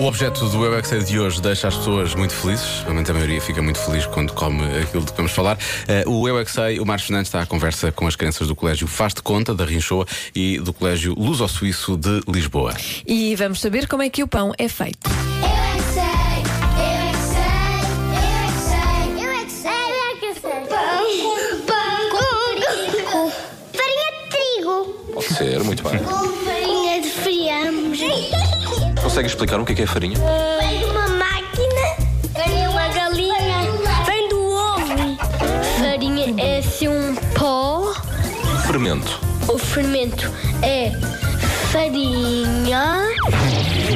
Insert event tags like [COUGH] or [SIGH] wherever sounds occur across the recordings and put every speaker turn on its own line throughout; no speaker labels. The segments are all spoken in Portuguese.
O objeto do Eu é Que Sei de hoje deixa as pessoas muito felizes, pelo menos a maioria fica muito feliz quando come aquilo de que vamos falar. Eh, o Eu é Que Sei, o Marcos Fernandes está à conversa com as crianças do Colégio Faz de Conta, da Rinchoa, e do Colégio Luso-Suíço de Lisboa.
E vamos saber como é que o pão é feito.
Eu é que sei, eu é que sei, eu é que sei, eu é que sei, eu é que sei, eu é que sei. Pão, pão com trigo. Farinha de trigo.
Pode ser, muito bem.
Com farinha de friamos.
Consegue explicar o que é, que é farinha?
Vem de uma máquina. Vem de uma galinha. Vem do ovo.
Farinha é assim um pó.
Um Fermento.
O fermento é farinha.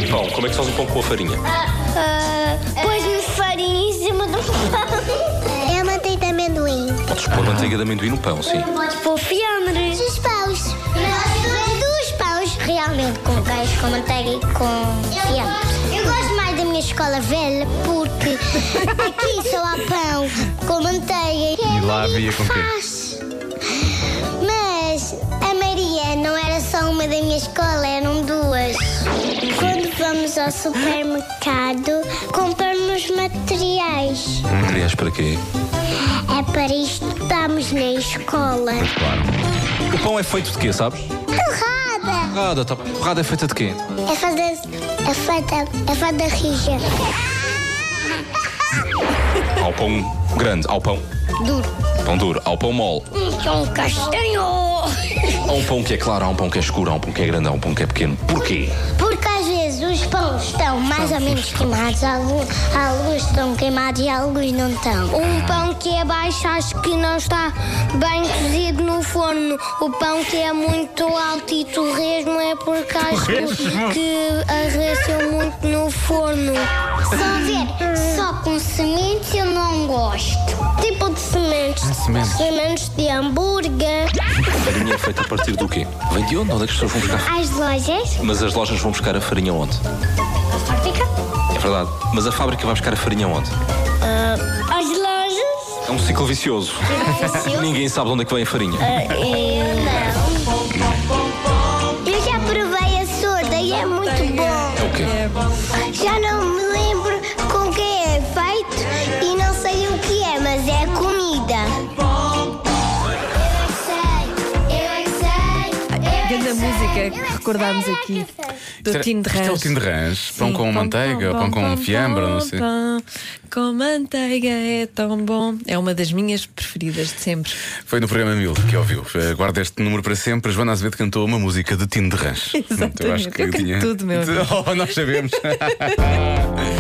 O pão. Como é que se faz o pão com a farinha?
Ah, Põe-me farinha em cima do pão. ah, É manteiga de amendoim.
Podes pôr manteiga de amendoim no pão, sim.
Por fiambre. Os pães. Dos pães, realmente, com queijo, com manteiga e com fiambre. Eu gosto mais da minha escola velha porque [LAUGHS] aqui só há pão com manteiga.
E lá havia com quê?
Faz. Mas a Maria não era só uma da minha escola, eram duas. Quando vamos ao supermercado, compramos materiais.
Materiais para quê?
É para estudarmos na escola.
O pão é feito de quê, sabes?
Torrada!
Torrada, tá bem. Torrada é feita de quê?
É fada. É fada. É fada rija.
Há o pão grande, há o pão.
Duro.
Pão duro, há o pão mole.
É um castanho.
Há um pão que é claro, há um pão que é escuro, há um pão que é grande, há um pão que é pequeno. Porquê?
Porque às vezes os pães estão mais ou menos queimados. Alguns, alguns estão queimados e alguns não estão.
Um pão que é baixo acho que não está bem cozido no forno. O pão que é muito alto e torresmo é porque acho que arreceu muito no forno.
Se houver só com sementes, eu não gosto. Tipo de sementes. sementes. de hambúrguer.
A farinha é feita a partir do quê? Vem de onde? Onde é que as pessoas vão buscar?
As lojas.
Mas as lojas vão buscar a farinha onde?
A fábrica.
É verdade. Mas a fábrica vai buscar a farinha onde?
As lojas.
É um ciclo vicioso. Ninguém sabe de onde é que vem a farinha.
Eu já provei a soda e é muito bom.
É o quê?
Já não me lembro com que é feito e não sei o que é, mas é comida. Eu é que sei, eu é que sei, eu é que
Grande
sei,
música
eu é
que
sei,
recordámos
eu é
aqui
que sei.
do
Será-
Tim de
Isto é o
Rãs.
Tim de Rãs? Pão
Sim,
com manteiga, pão, com fiambre,
pão,
não sei.
pão com manteiga é tão bom. É uma das minhas preferidas de sempre.
Foi no programa Mil que ouviu. Eh, Guarda este número para sempre. Joana Azevedo cantou uma música de Tim de Rãs. [LAUGHS]
Exatamente. Eu canto tudo, meu
Oh, nós sabemos.